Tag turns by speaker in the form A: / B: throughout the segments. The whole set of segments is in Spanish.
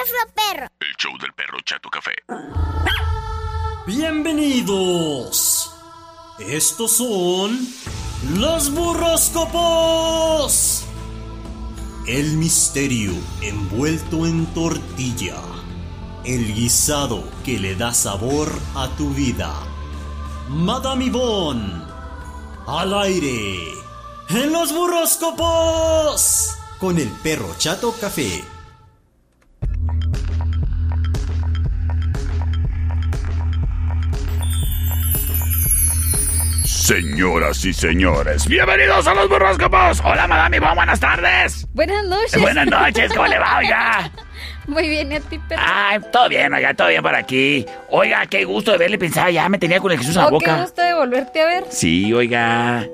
A: Afro Perro.
B: El show del perro Chato Café.
C: Bienvenidos. Estos son los burroscopos. El misterio envuelto en tortilla. El guisado que le da sabor a tu vida. Madame Yvonne. Al aire. En los burroscopos. Con el perro chato café.
B: Señoras y señores, bienvenidos a los burroscopos. Hola, madame Ivonne, buenas tardes.
D: Buenas noches.
B: Eh, Buenas noches, ¿cómo le va, oiga?
D: Muy bien, ¿y a ti, perro?
B: Ay, todo bien, oiga, todo bien por aquí. Oiga, qué gusto de verle, pensaba ya me tenía con el Jesús en la
D: Oh, qué
B: boca.
D: gusto de volverte a ver.
B: Sí, oiga.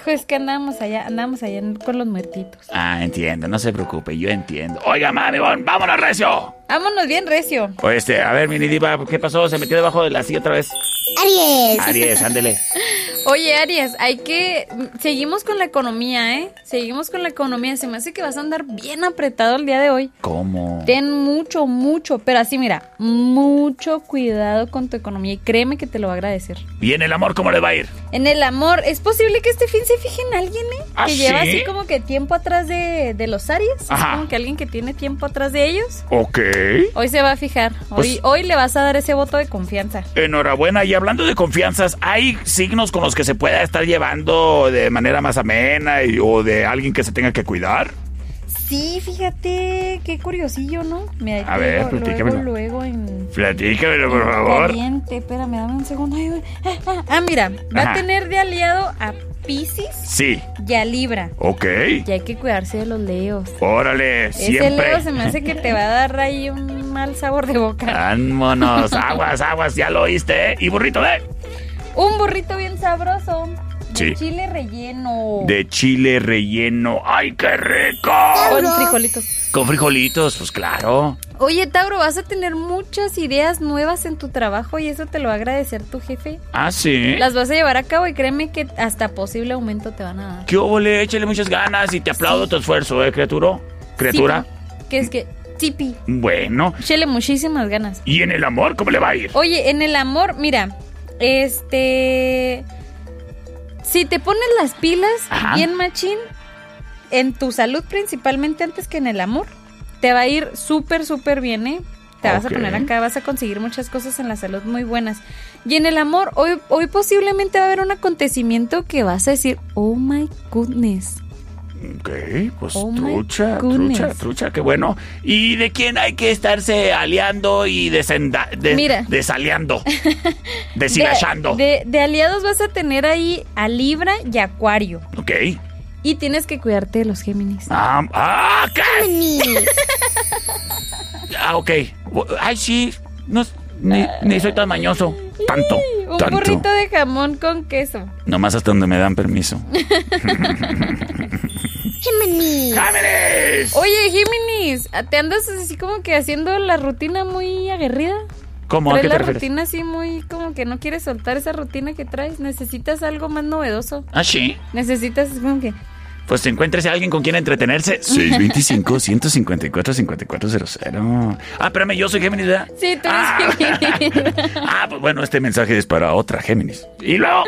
D: Hijo, es que andamos allá, andamos allá en- con los muertitos.
B: Ah, entiendo, no se preocupe, yo entiendo. Oiga, madame Ivonne, vámonos, recio.
D: Vámonos bien recio.
B: Oye, este, a ver, mini diva, ¿qué pasó? ¿Se metió debajo de la silla otra vez?
A: Aries.
B: Aries, ándele.
D: Oye, Arias, hay que... mm, Seguimos con la economía, ¿eh? Seguimos con la economía. Se me hace que vas a andar bien apretado el día de hoy.
B: ¿Cómo?
D: Ten mucho, mucho, pero así mira, mucho cuidado con tu economía y créeme que te lo va a agradecer.
B: ¿Y en el amor cómo le va a ir?
D: En el amor, ¿es posible que este fin se fije en alguien, eh?
B: ¿Ah,
D: que lleva
B: sí?
D: así como que tiempo atrás de, de los Aries.
B: Ajá.
D: Es como que alguien que tiene tiempo atrás de ellos.
B: Ok.
D: Hoy se va a fijar. Hoy,
B: Pues-
D: hoy le vas a dar ese voto de confianza.
B: Enhorabuena. Y hablando de confianzas, ¿hay signos con los que se pueda estar llevando de manera más amena y- o de alguien que se tenga que cuidar?
D: Sí, fíjate, qué curiosillo, ¿no? Mira, ahí
B: A
D: te
B: ver,
D: digo,
B: platícamelo.
D: luego, luego en.
B: Platícamelo, por
D: en
B: favor.
D: Caliente, espérame, dame un segundo. Ay, ay, ah, ah, ah, mira, va
B: Ajá.
D: a tener de aliado a Pisces
B: Sí.
D: y a Libra.
B: Ok.
D: Y hay que cuidarse de los leos.
B: Órale,
D: Ese leo se
B: siempre.
D: me hace que te va a dar ahí un mal sabor de boca.
B: Ah. Vámonos, aguas, aguas, ya lo oíste, ¿eh? Y burrito de...
D: Un burrito bien sabroso. De
B: Sí.
D: chile relleno.
B: De chile relleno. ¡Ay, qué rico!
D: Con frijolitos.
B: Con frijolitos, pues claro.
D: Oye, Tauro, vas a tener muchas ideas nuevas en tu trabajo y eso te lo va a agradecer tu jefe.
B: Ah, sí.
D: Las vas a llevar a cabo y créeme que hasta posible aumento te van a dar.
B: ¿Qué óvole? Échale muchas ganas y te aplaudo tu esfuerzo, ¿eh, criatura? ¿Criatura?
D: Sipi, que es que, Tipi,
B: Bueno.
D: échale muchísimas ganas.
B: ¿Y en el amor cómo le va a ir?
D: Oye, en el amor, mira, este... Si te pones las pilas
B: Ajá.
D: bien machín, en tu salud principalmente antes que en el amor, te va a ir súper, súper bien, ¿eh? Te vas
B: Ok.
D: a poner acá, vas a conseguir muchas cosas en la salud muy buenas. Y en el amor, hoy, hoy posiblemente va a haber un acontecimiento que vas a decir, oh my goodness.
B: Ok, pues
D: Oh my
B: trucha,
D: goodness.
B: trucha, trucha, qué bueno. ¿Y de quién hay que estarse aliando y desenda, de-
D: Mira.
B: desaliando? deshilachando.
D: De, de- de aliados vas a tener ahí a Libra y Acuario.
B: Ok.
D: Y tienes que cuidarte de los Géminis.
B: Ah, ah, ¿qué?
A: Ni-
B: Ah, ok. Ay, sí. No, es- ni, ni soy tan mañoso. Tanto.
D: Un
B: tanto.
D: burrito de jamón con queso.
B: Nomás hasta donde me dan permiso.
A: Gemini.
B: ¡Cámenes!
D: Oye, Géminis, ¿te andas así como que haciendo la rutina muy aguerrida?
B: ¿Cómo? ¿A
D: Traes
B: qué
D: la
B: te refieres?
D: rutina así muy como que no quieres soltar esa rutina que traes. Necesitas algo más novedoso.
B: Ah, sí.
D: Necesitas así como que...
B: Pues encuéntrese a alguien con quien entretenerse. 625-154-5400. Ah, espérame, yo soy Géminis, ¿verdad?
D: Sí, tú eres
B: ah.
D: Géminis.
B: ah, pues bueno, este mensaje es para otra Géminis. Y luego.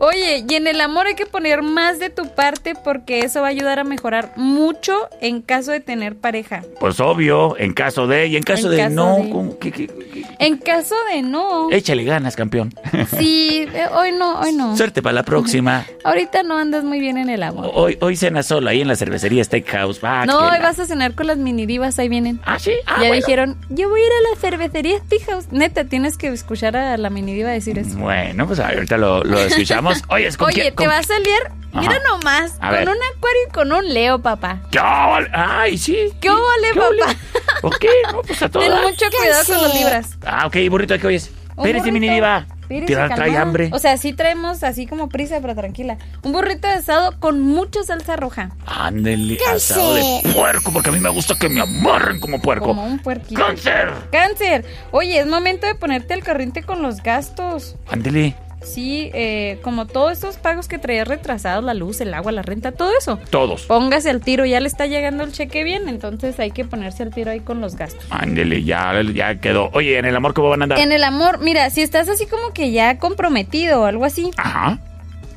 D: Oye, y en el amor hay que poner más de tu parte porque eso va a ayudar a mejorar mucho en caso de tener pareja.
B: Pues obvio, en caso de. Y en caso
D: En
B: de
D: caso
B: no.
D: de-
B: ¿cómo? ¿Qué, qué- qué?
D: En caso de no...
B: Échale ganas, campeón.
D: Sí, eh, hoy no, hoy no.
B: Suerte para la próxima.
D: Ahorita no andas muy bien en el amor.
B: Hoy, hoy cena solo ahí en la cervecería Steakhouse. Va,
D: No,
B: que
D: hoy
B: Ah, la-
D: vas a cenar con las mini divas, ahí vienen.
B: Ah, sí. Ah,
D: ya
B: bueno.
D: dijeron, yo voy a ir a la cervecería Steakhouse. Neta, tienes que escuchar a la mini diva decir eso.
B: Bueno, pues ahorita lo, lo escuchamos. Oye, es con
D: Oye,
B: quién-
D: te
B: con-
D: vas a liar,
B: Ajá.
D: mira nomás,
B: A
D: con
B: ver.
D: un acuario y con un leo, papá.
B: ¿Qué óvole? Ay, sí.
D: ¿Qué óvole, papá?
B: Ok, no, pues a
D: Ten
B: todas.
D: mucho cuidado con los libras.
B: Ah, ok, burrito, ¿qué oyes?
D: Un
B: Espérese, mini
D: burrito.
B: diva.
D: Espérese,
B: Tira- trae
D: calmada.
B: hambre.
D: O sea, sí traemos así como prisa, pero tranquila. Un burrito de asado con mucha salsa roja.
B: Ándele, asado de puerco, porque a mí me gusta que me amarren como puerco.
D: Como un puerquito.
B: ¡Cáncer!
D: Cáncer. Oye, es momento de ponerte al corriente con los gastos.
B: Ándele.
D: sí, eh, como todos estos pagos que traía retrasados, la luz, el agua, la renta, todo eso.
B: Todos.
D: Póngase al tiro, ya le está llegando el cheque bien, entonces hay que ponerse al tiro ahí con los gastos.
B: Ándele, ya, ya quedó. Oye, ¿en el amor cómo van a andar?
D: En el amor, mira, si estás así como que ya comprometido o algo así,
B: Ajá.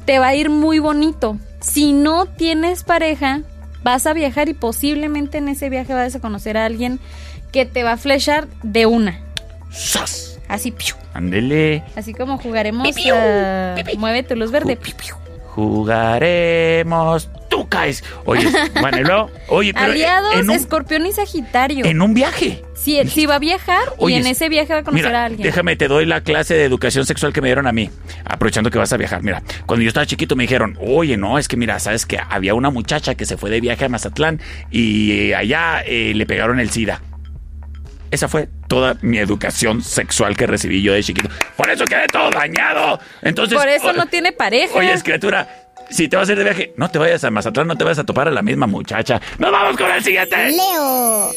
D: te va a ir muy bonito. Si no tienes pareja, vas a viajar y posiblemente en ese viaje vas a conocer a alguien que te va a flechar de una.
B: ¡Sas!
D: Así, piu.
B: Ándele.
D: así como jugaremos a Mueve tu luz verde. piu, piu.
B: Jugaremos. Tú caes. Oye, bueno, y luego, oye, pero eh,
D: Aliados,
B: en, un,
D: escorpión y sagitario.
B: en un viaje.
D: Si, si va a viajar
B: Oye,
D: y en ese viaje va a conocer
B: Mira,
D: a alguien.
B: déjame, te doy la clase de educación sexual que me dieron a mí, aprovechando que vas a viajar. Mira, cuando yo estaba chiquito me dijeron, oye, no, es que mira, sabes que había una muchacha que se fue de viaje a Mazatlán y eh, allá eh, le pegaron el SIDA. Esa fue toda mi educación sexual que recibí yo de chiquito. Por eso quedé todo dañado. Entonces,
D: Por eso
B: o-
D: no tiene pareja.
B: Oye, es criatura, si te vas a ir de viaje, no te vayas a Mazatlán, no te vayas a topar a la misma muchacha. ¡Nos vamos con el siguiente!
A: Leo.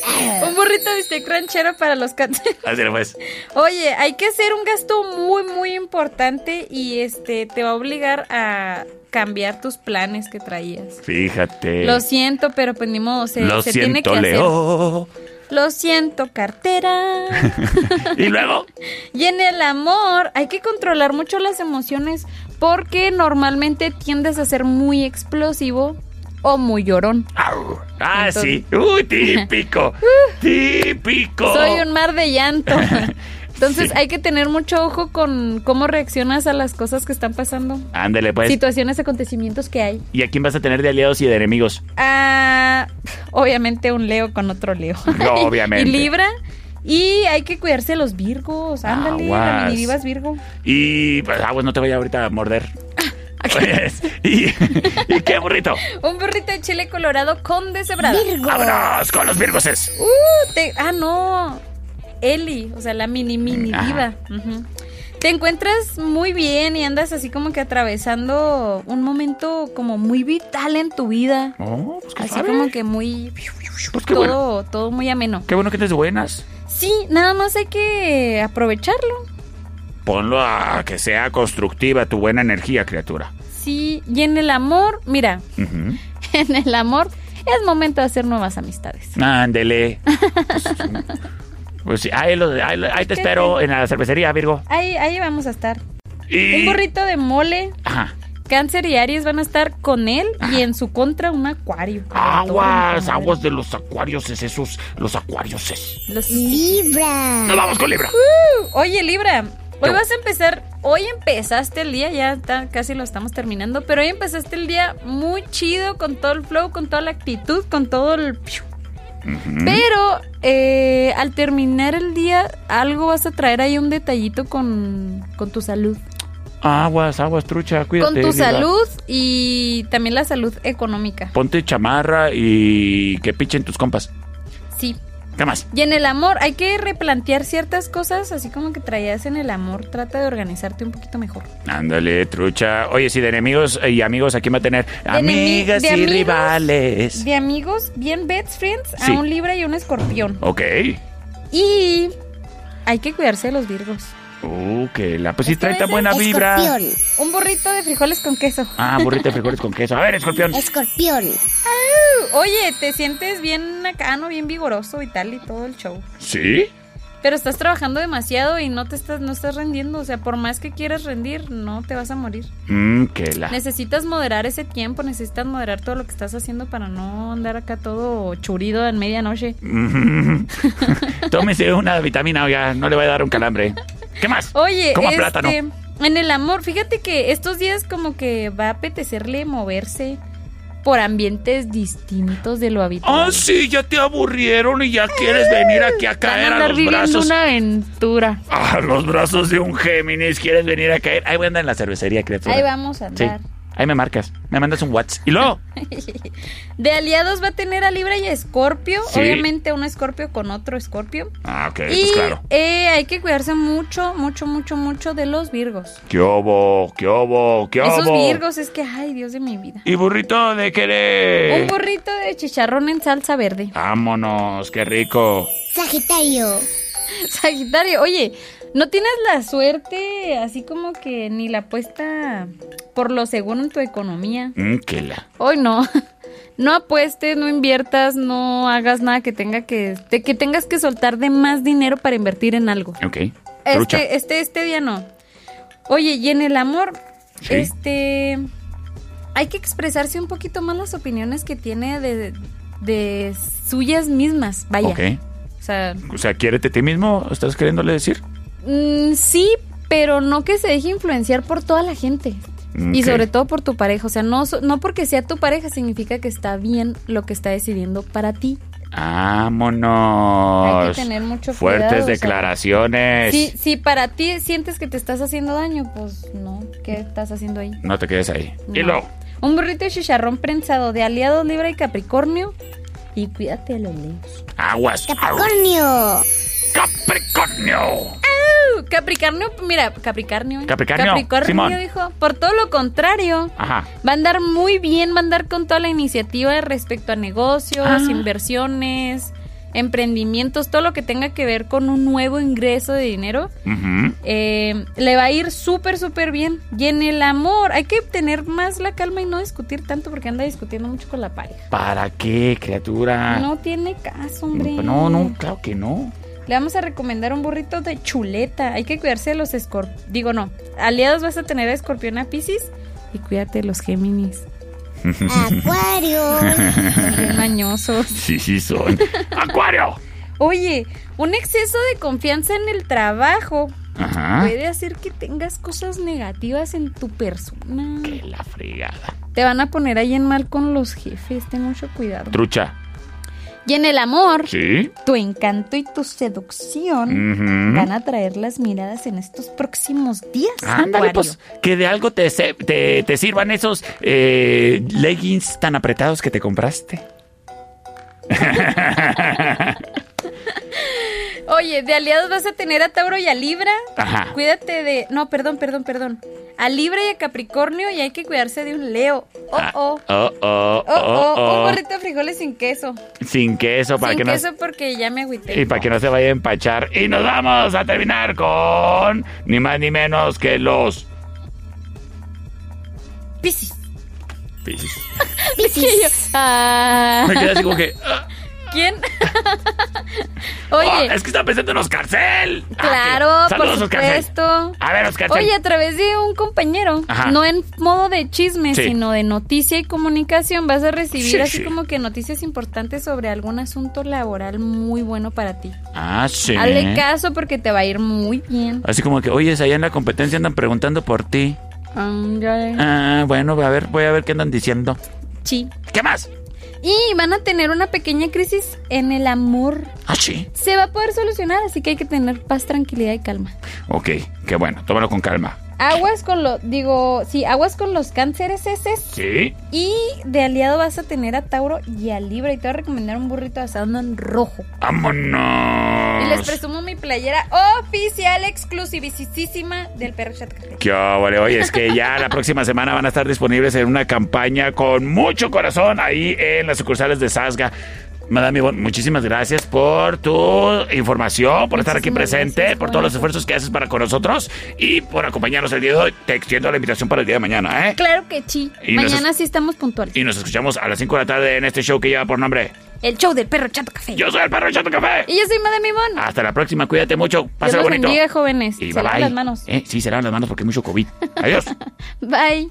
D: Un burrito de bistec ranchero para los cánceres.
B: Así pues.
D: Oye, hay que hacer un gasto muy, muy importante y este te va a obligar a cambiar tus planes que traías.
B: Fíjate.
D: Lo siento, pero pues ni modo, se,
B: Eh. Lo
D: se tiene
B: siento,
D: que hacer.
B: Leo.
D: Lo siento, cartera.
B: Y luego,
D: y en el amor hay que controlar mucho las emociones porque normalmente tiendes a ser muy explosivo o muy llorón.
B: au. ah,
D: Entonces-
B: sí, uy, típico, Uh. típico.
D: Soy un mar de llanto. Entonces hay que tener mucho ojo con cómo reaccionas a las cosas que están pasando.
B: Ándale, pues.
D: situaciones, acontecimientos que hay.
B: ¿Y a quién vas a tener de aliados y de enemigos?
D: Ah, obviamente un Leo con otro Leo.
B: No, obviamente.
D: y Libra. Y hay que cuidarse de los Virgos. Ándale,
B: Aguas.
D: la mini diva es Virgo.
B: Y, pues, ah, pues no te vaya ahorita a morder. Pues, y, y qué burrito.
D: Un burrito de chile colorado con deshebrado.
A: Virgo.
B: Vámonos con los virgoses.
D: Uh, te- ah, no. Eli, o sea, la mini mini
B: Ajá.
D: diva. Ujú. Te encuentras muy bien y andas así como que atravesando un momento como muy vital en tu vida.
B: Oh, pues, ¿qué
D: Así
B: sabe?
D: como que muy...
B: Pues, qué
D: todo,
B: bueno.
D: todo muy ameno.
B: Qué bueno que te buenas.
D: Sí, nada más hay que aprovecharlo.
B: Ponlo a que sea constructiva tu buena energía, criatura.
D: Sí, y en el amor, mira,
B: Ujú.
D: en el amor es momento de hacer nuevas amistades.
B: Ándele. Pues, pues sí, ahí, lo- ahí lo- ahí te espero en la cervecería, Virgo.
D: Ahí, ahí vamos a estar.
B: Y...
D: Un burrito de mole,
B: Ajá.
D: cáncer y Aries van a estar con él y en su contra un acuario.
B: Ah. Aguas,
D: Todo,
B: aguas de los acuarios es esos, los acuarios es. Nos
D: Los-
A: Libra.
B: vamos con Libra.
D: Oye, Libra,
B: ¿Qué?
D: hoy vas a empezar, hoy empezaste el día, ya ta- casi lo estamos terminando, pero hoy empezaste el día muy chido, con todo el flow, con toda la actitud, con todo el... piu. Pero eh, al terminar el día, algo vas a traer ahí un detallito con, con tu salud.
B: Aguas, aguas, trucha, cuídate.
D: con tu
B: Libra.
D: salud y también la salud económica.
B: Ponte chamarra y que pichen tus compas.
D: Sí.
B: ¿Qué más?
D: Y en el amor, hay que replantear ciertas cosas, así como que traías en el amor. Trata de organizarte un poquito mejor.
B: Ándale, trucha. Oye, si de enemigos y amigos, ¿a quién va a tener? Amigas
D: de
B: y
D: amigos.
B: rivales.
D: De amigos, bien best friends,
B: Sí.
D: a un Libra y un escorpión.
B: Ok.
D: Y hay que cuidarse de los Virgos.
B: Uh, que la. Pues si
D: Esta
B: trae tan
D: vez
B: buena vibra.
A: Escorpión.
D: Un burrito de frijoles con queso.
B: Ah, burrito de frijoles con queso. A ver, escorpión.
A: Escorpión.
D: Oye, te sientes bien acá, ¿no? Bien vigoroso y tal y todo el show.
B: ¿Sí?
D: Pero estás trabajando demasiado y no te estás, no estás rendiendo. O sea, por más que quieras rendir, no te vas a morir.
B: Mmm, que la.
D: Necesitas moderar ese tiempo, necesitas moderar todo lo que estás haciendo para no andar acá todo churido en medianoche.
B: Mm. Tómese una vitamina, oiga, no le va a dar un calambre. ¿Qué más?
D: Oye,
B: Coma
D: este,
B: plátano.
D: en el amor, fíjate que estos días como que va a apetecerle moverse por ambientes distintos de lo habitual.
B: Ah, sí, ya te aburrieron y ya quieres venir aquí a
D: Van a
B: caer a
D: andar
B: los
D: viviendo
B: brazos. Ah,
D: una aventura.
B: A los brazos de un Géminis, quieres venir a caer. Ahí voy a andar en la cervecería, criatura.
D: Ahí vamos a
B: Sí.
D: andar.
B: Ahí me marcas, me mandas un WhatsApp. Y luego,
D: De aliados va a tener a Libra y a Escorpio.
B: Sí.
D: Obviamente un Escorpio con otro Escorpio.
B: ah, ok,
D: y
B: pues claro.
D: eh, hay que cuidarse mucho, mucho, mucho, mucho de los Virgos.
B: ¿Qué obo? ¿Qué obo? ¿Qué
D: Esos
B: obo?
D: Virgos es que, ay, Dios de mi vida.
B: ¿Y burrito de qué eres?
D: Un burrito de chicharrón en salsa verde.
B: Vámonos, qué rico.
A: Sagitario.
D: Sagitario, oye, No tienes la suerte, así como que ni la apuesta por lo seguro en tu economía.
B: Mm, que la.
D: Hoy no. No apuestes, no inviertas, no hagas nada que tenga que te- que tengas que soltar de más dinero para invertir en algo.
B: Ok. Trucha.
D: Este, este, este día no. Oye, y en el amor,
B: Sí.
D: este, hay que expresarse un poquito más las opiniones que tiene de, de suyas mismas, vaya.
B: Ok.
D: O sea,
B: O sea, quiérete a ti mismo, ¿estás queriéndole decir?
D: mm, sí, pero no que se deje influenciar por toda la gente. Y
B: Ok.
D: sobre todo por tu pareja. O sea, no, so- no porque sea tu pareja significa que está bien lo que está decidiendo para ti.
B: Vámonos.
D: Hay que tener mucho
B: Fuertes
D: cuidado, o sea,
B: declaraciones.
D: Si, si para ti sientes que te estás haciendo daño, pues no. ¿Qué estás haciendo ahí?
B: No te quedes ahí.
D: No.
B: Y luego.
D: Un burrito de chicharrón prensado de aliados Libra y Capricornio. Y cuídate Uh, a los lejos.
B: Aguas.
A: Capricornio.
B: Capricornio.
D: Uh, Capricornio, mira, Capricornio.
B: Capricornio,
D: Capricornio
B: Simón.
D: dijo, por todo lo contrario.
B: Ajá.
D: Va a andar muy bien, va a andar con toda la iniciativa respecto a negocios,
B: Ah.
D: inversiones, emprendimientos, todo lo que tenga que ver con un nuevo ingreso de dinero.
B: Ujú.
D: Eh, le va a ir súper, súper bien. Y en el amor, hay que tener más la calma y no discutir tanto porque anda discutiendo mucho con la pareja.
B: ¿Para qué, criatura?
D: No tiene caso, hombre.
B: Ah. pues no, no, claro que no.
D: Le vamos a recomendar un burrito de chuleta. Hay que cuidarse de los escorpiones. Digo, no. Aliados vas a tener a escorpión a Pisces y cuídate de los Géminis.
A: Acuario.
D: Bien mañosos.
B: Sí, sí, son. Acuario.
D: Oye, un exceso de confianza en el trabajo
B: Ajá.
D: puede hacer que tengas cosas negativas en tu persona.
B: Que la fregada.
D: Te van a poner ahí en mal con los jefes. Ten mucho cuidado.
B: Trucha.
D: Y en el amor,
B: Sí.
D: tu encanto y tu seducción
B: Ujú.
D: van a atraer las miradas en estos próximos días.
B: Ándale,
D: Acuario.
B: pues, que de algo te, se- te, te sirvan esos eh, leggings tan apretados que te compraste.
D: Oye, de aliados vas a tener a Tauro y a Libra.
B: Ajá.
D: Cuídate de. No, perdón, perdón, perdón. A Libra y a Capricornio y hay que cuidarse de un Leo. Oh,
B: Ah,
D: oh.
B: Oh, oh,
D: Oh, oh,
B: oh,
D: un
B: oh.
D: gorrito de frijoles sin queso.
B: Sin queso, para
D: sin
B: que no
D: queso porque ya me agüité.
B: Y para que no se vaya a empachar. Y nos vamos a terminar con ni más ni menos que los
D: Piscis.
B: Piscis.
D: Y yo, ah,
B: Me quedé así como que. ah,
D: ¿Quién?
B: ah,
D: Oye,
B: Oh, es que está pensando en Oscarcel. Ah,
D: claro,
B: que-
D: por
B: Saludos, Oscarcel.
D: supuesto.
B: A ver, Oscarcel.
D: Oye, a través de un compañero,
B: Ajá.
D: no en modo de chisme,
B: Sí.
D: sino de noticia y comunicación, vas a recibir
B: Sí,
D: así
B: sí.
D: como que noticias importantes sobre algún asunto laboral muy bueno para ti.
B: Ah, sí.
D: Hazle caso porque te va a ir muy bien.
B: Así como que, oye, allá en la competencia andan preguntando por ti.
D: Ándale.
B: Ah, bueno, a ver, voy a ver qué andan diciendo.
D: Sí.
B: ¿Qué más?
D: Y van a tener una pequeña crisis en el amor.
B: Ah, sí.
D: Se va a poder solucionar, así que hay que tener paz, tranquilidad y calma.
B: Ok, qué bueno, tómalo con calma.
D: Aguas con los, digo, sí, aguas con los cánceres ese.
B: Sí.
D: Y de aliado vas a tener a Tauro y a Libra. Y te voy a recomendar un burrito asado en rojo. Y les
B: Vámonos.
D: presumo mi playera oficial, exclusivísima del perro chat. Café.
B: Qué óvole, oye, es que ya la próxima semana van a estar disponibles en una campaña con mucho corazón ahí en las sucursales de Sasga. Madame Ivonne, muchísimas gracias por tu información, por estar aquí
D: Muchísimas
B: presente,
D: gracias,
B: por todos los
D: Juanjo.
B: esfuerzos que haces para con nosotros y por acompañarnos el día de hoy. Te extiendo la invitación para el día de mañana, ¿eh?
D: Claro que sí.
B: Y nos
D: Mañana
B: es-
D: sí estamos puntuales.
B: Y nos escuchamos a las 5 de la tarde en este show que lleva por nombre
D: El show del perro chato café.
B: Yo soy el perro Chato Café.
D: Y yo soy Madame Mimón.
B: Hasta la próxima, cuídate mucho,
D: Dios
B: pásalo
D: los
B: bonito.
D: bendiga, jóvenes.
B: Y
D: Se
B: bye
D: lavan
B: bye.
D: las manos.
B: Eh, sí, se lavan las manos porque hay mucho COVID. Adiós.
D: Bye.